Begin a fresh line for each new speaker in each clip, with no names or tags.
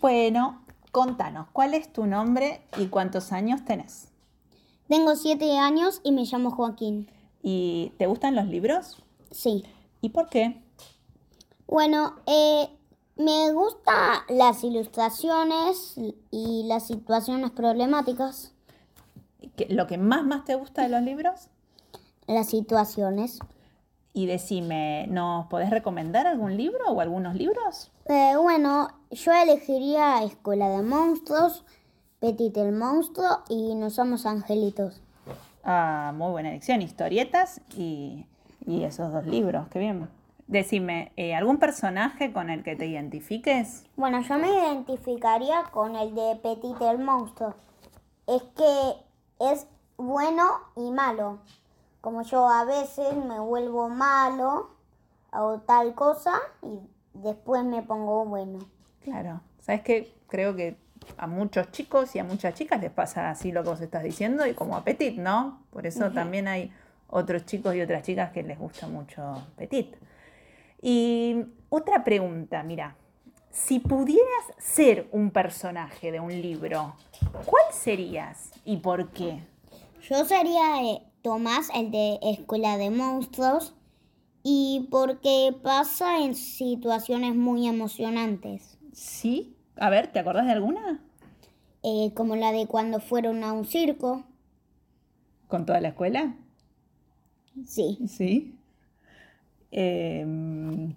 Bueno, contanos, ¿cuál es tu nombre y cuántos años tenés?
Tengo siete años y me llamo Joaquín.
¿Y te gustan los libros?
Sí.
¿Y por qué?
Bueno, eh, me gustan las ilustraciones y las situaciones problemáticas.
¿Qué- ¿Lo que más más te gusta de los libros?
Las situaciones.
Y decime, ¿nos podés recomendar algún libro o algunos libros?
Eh, bueno, yo elegiría Escuela de Monstruos, Petit el Monstruo y No Somos Angelitos.
Ah, muy buena elección, historietas y, y esos dos libros, qué bien. Decime, eh, ¿algún personaje con el que te identifiques?
Bueno, yo me identificaría con el de Petit el Monstruo. Es que es bueno y malo. Como yo a veces me vuelvo malo, hago tal cosa y después me pongo bueno.
Claro, ¿sabes qué? Creo que a muchos chicos y a muchas chicas les pasa así lo que vos estás diciendo y como a Petit, ¿no? Por eso también hay otros chicos y otras chicas que les gusta mucho Petit. Y otra pregunta, mira, si pudieras ser un personaje de un libro, ¿cuál serías y por qué?
Yo sería eh, Tomás, el de Escuela de Monstruos, y porque pasa en situaciones muy emocionantes,
Sí, a ver, ¿te acordás de alguna?
eh, como la de cuando fueron a un circo.
¿Con toda la escuela?
Sí.
Sí. Em,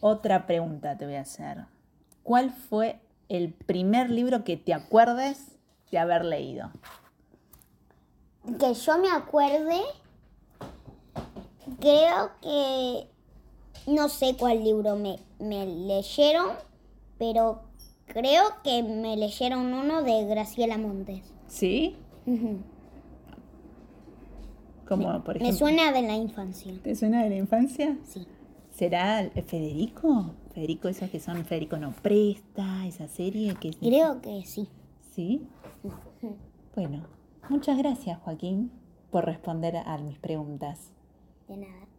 otra pregunta te voy a hacer. ¿Cuál fue el primer libro que te acuerdes de haber leído?
Que yo me acuerde, creo que no sé cuál libro me, me leyeron, pero creo que me leyeron uno de Graciela Montes.
¿Sí? Como, por
Me
ejemplo.
suena de la infancia.
¿Te suena de la infancia?
Sí.
¿Será el- Federico? Federico, esos que son Federico no presta, esa serie que es-
Creo que sí.
¿Sí? Bueno, muchas gracias, Joaquín, por responder a mis preguntas.
De nada.